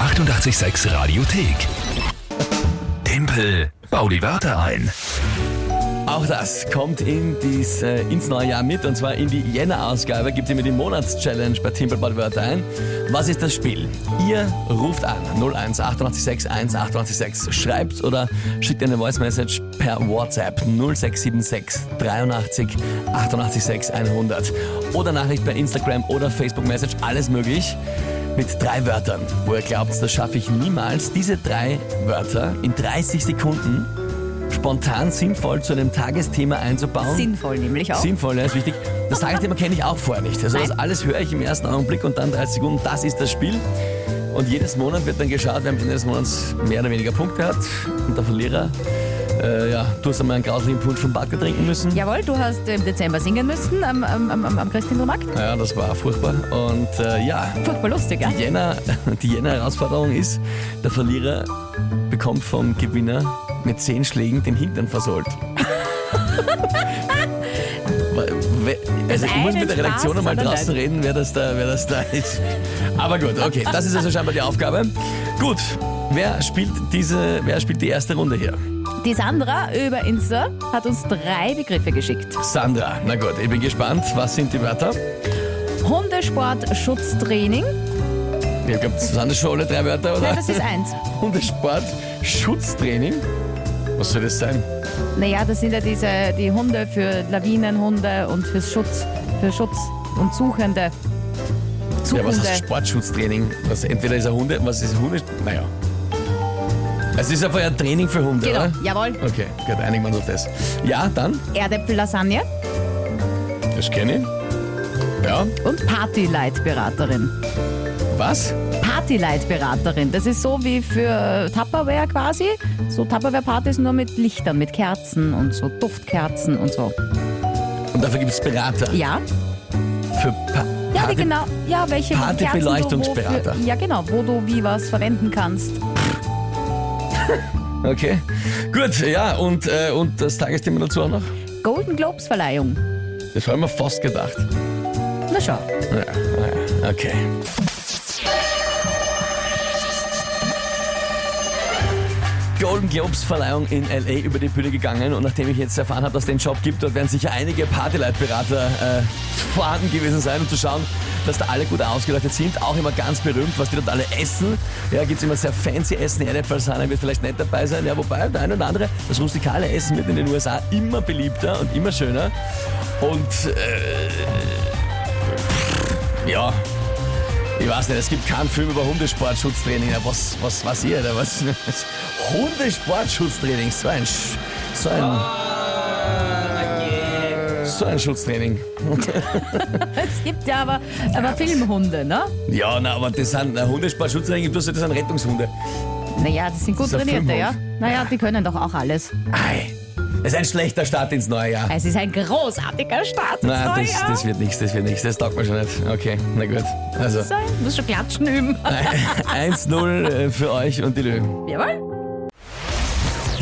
886 Radiothek. Tempel, bau die Wörter ein. Auch das kommt in dies, äh, ins neue Jahr mit und zwar in die Jänner-Ausgabe. Gibt ihr mir die Monatschallenge bei Timpelbad Wörter ein. Was ist das Spiel? Ihr ruft an 01 886 1886, schreibt oder schickt eine Voice Message per WhatsApp 0676 83 886 100 oder Nachricht per Instagram oder Facebook Message, alles möglich. Mit drei Wörtern, wo ihr glaubt, das schaffe ich niemals. Diese drei Wörter in 30 Sekunden spontan sinnvoll zu einem Tagesthema einzubauen. Sinnvoll nämlich auch. Sinnvoll, ja, ist wichtig. Das Tagesthema kenne ich auch vorher nicht. Also das Nein. alles höre ich im ersten Augenblick und dann 30 Sekunden, das ist das Spiel. Und jedes Monat wird dann geschaut, wer am Ende des Monats mehr oder weniger Punkte hat. Und der Verlierer, äh, ja, du hast einmal einen grauslichen Punsch vom Backer trinken müssen. Jawohl, du hast im Dezember singen müssen am, am, am, am- am Christkindlmarkt. Ja, das war furchtbar. Und äh, ja, Furchtbar lustig, ja? die Jänner, die Jänner-Herausforderung ist, der Verlierer bekommt vom Gewinner mit zehn Schlägen den Hintern versohlt. Weil- we- Also ich einen muss mit der Spaß Redaktion einmal sondern draußen reden, wer das, da, wer das da ist. Aber gut, okay, das ist also scheinbar die Aufgabe. Gut, wer spielt, diese, wer spielt die erste Runde hier? Die Sandra über Insta hat uns drei Begriffe geschickt. Sandra, na gut, ich bin gespannt. Was sind die Wörter? Hundesport, Schutztraining. Ich glaube, Sandra schon alle drei Wörter, oder? Nein, das ist eins. Hundesport, Schutztraining. Was soll das sein? Naja, das sind ja diese, die Hunde für Lawinenhunde und fürs Schutz, für Schutz und Suchende. Ja, was Suchende. heißt Sportschutztraining? Was, entweder ist er Hunde, was ist Hunde? Naja. Es ist einfach ein Training für Hunde, genau, oder? jawohl. Okay, gut, einigen wir uns auf das. Ja, dann, Erdäpfel-Lasagne das kenne ich. Ja, und Partyleitberaterin. was? Partyleitberaterin. Das ist so wie für äh, Tupperware quasi. So Tupperware-Partys nur mit Lichtern, mit Kerzen und so Duftkerzen und so. Und dafür gibt es Berater. Ja, Für pa ja, Party- die genau. Ja, welche Kerzen du Partybeleuchtungsberater. wo für- Ja, genau, wo du wie was verwenden kannst. Okay, gut, ja, und, äh, und das Tagesthema dazu auch noch? Golden Globes Verleihung. Das haben wir fast gedacht. Na schau. Ja, ja, okay. Golden Globes Verleihung in LA über die Bühne gegangen und nachdem ich jetzt erfahren habe, dass es den Job gibt, dort werden sicher einige Partyleitberater äh, vorhanden gewesen sein, um zu schauen, dass da alle gut ausgeleuchtet sind. Auch immer ganz berühmt, was die dort alle essen. Ja, gibt es immer sehr fancy Essen. Erdäpfelsahne wird vielleicht nicht dabei sein. Ja, wobei der eine oder andere, das rustikale Essen wird in den USA immer beliebter und immer schöner. Und äh, ja. Ich weiß nicht, es gibt keinen Film über Hundesportschutztraining. Ja, was, was, was ihr da? Was, was? Hundesportschutztraining, so ein, Sch- so ein, so ein Schutztraining. Es gibt ja aber, aber Filmhunde, ne? Ja, na, aber das sind na, Hundesportschutztraining, das sind das sind Rettungshunde. Naja, das sind gut Das ist ein trainierte, ja. Filmhund. Naja, die können doch auch alles. Ei, das ist ein schlechter Start ins neue Jahr. Es ist ein großartiger Start. ins Na, neue das, Jahr. das wird nichts, das wird nichts, das taugt mir schon nicht. Okay, na gut. Also, So, ich muss schon klatschen üben. 1-0 äh, für euch und die Löwen. Jawohl.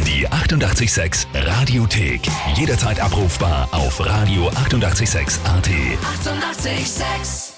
Die 886 Radiothek. Jederzeit abrufbar auf radio886.at. 886! 886. 886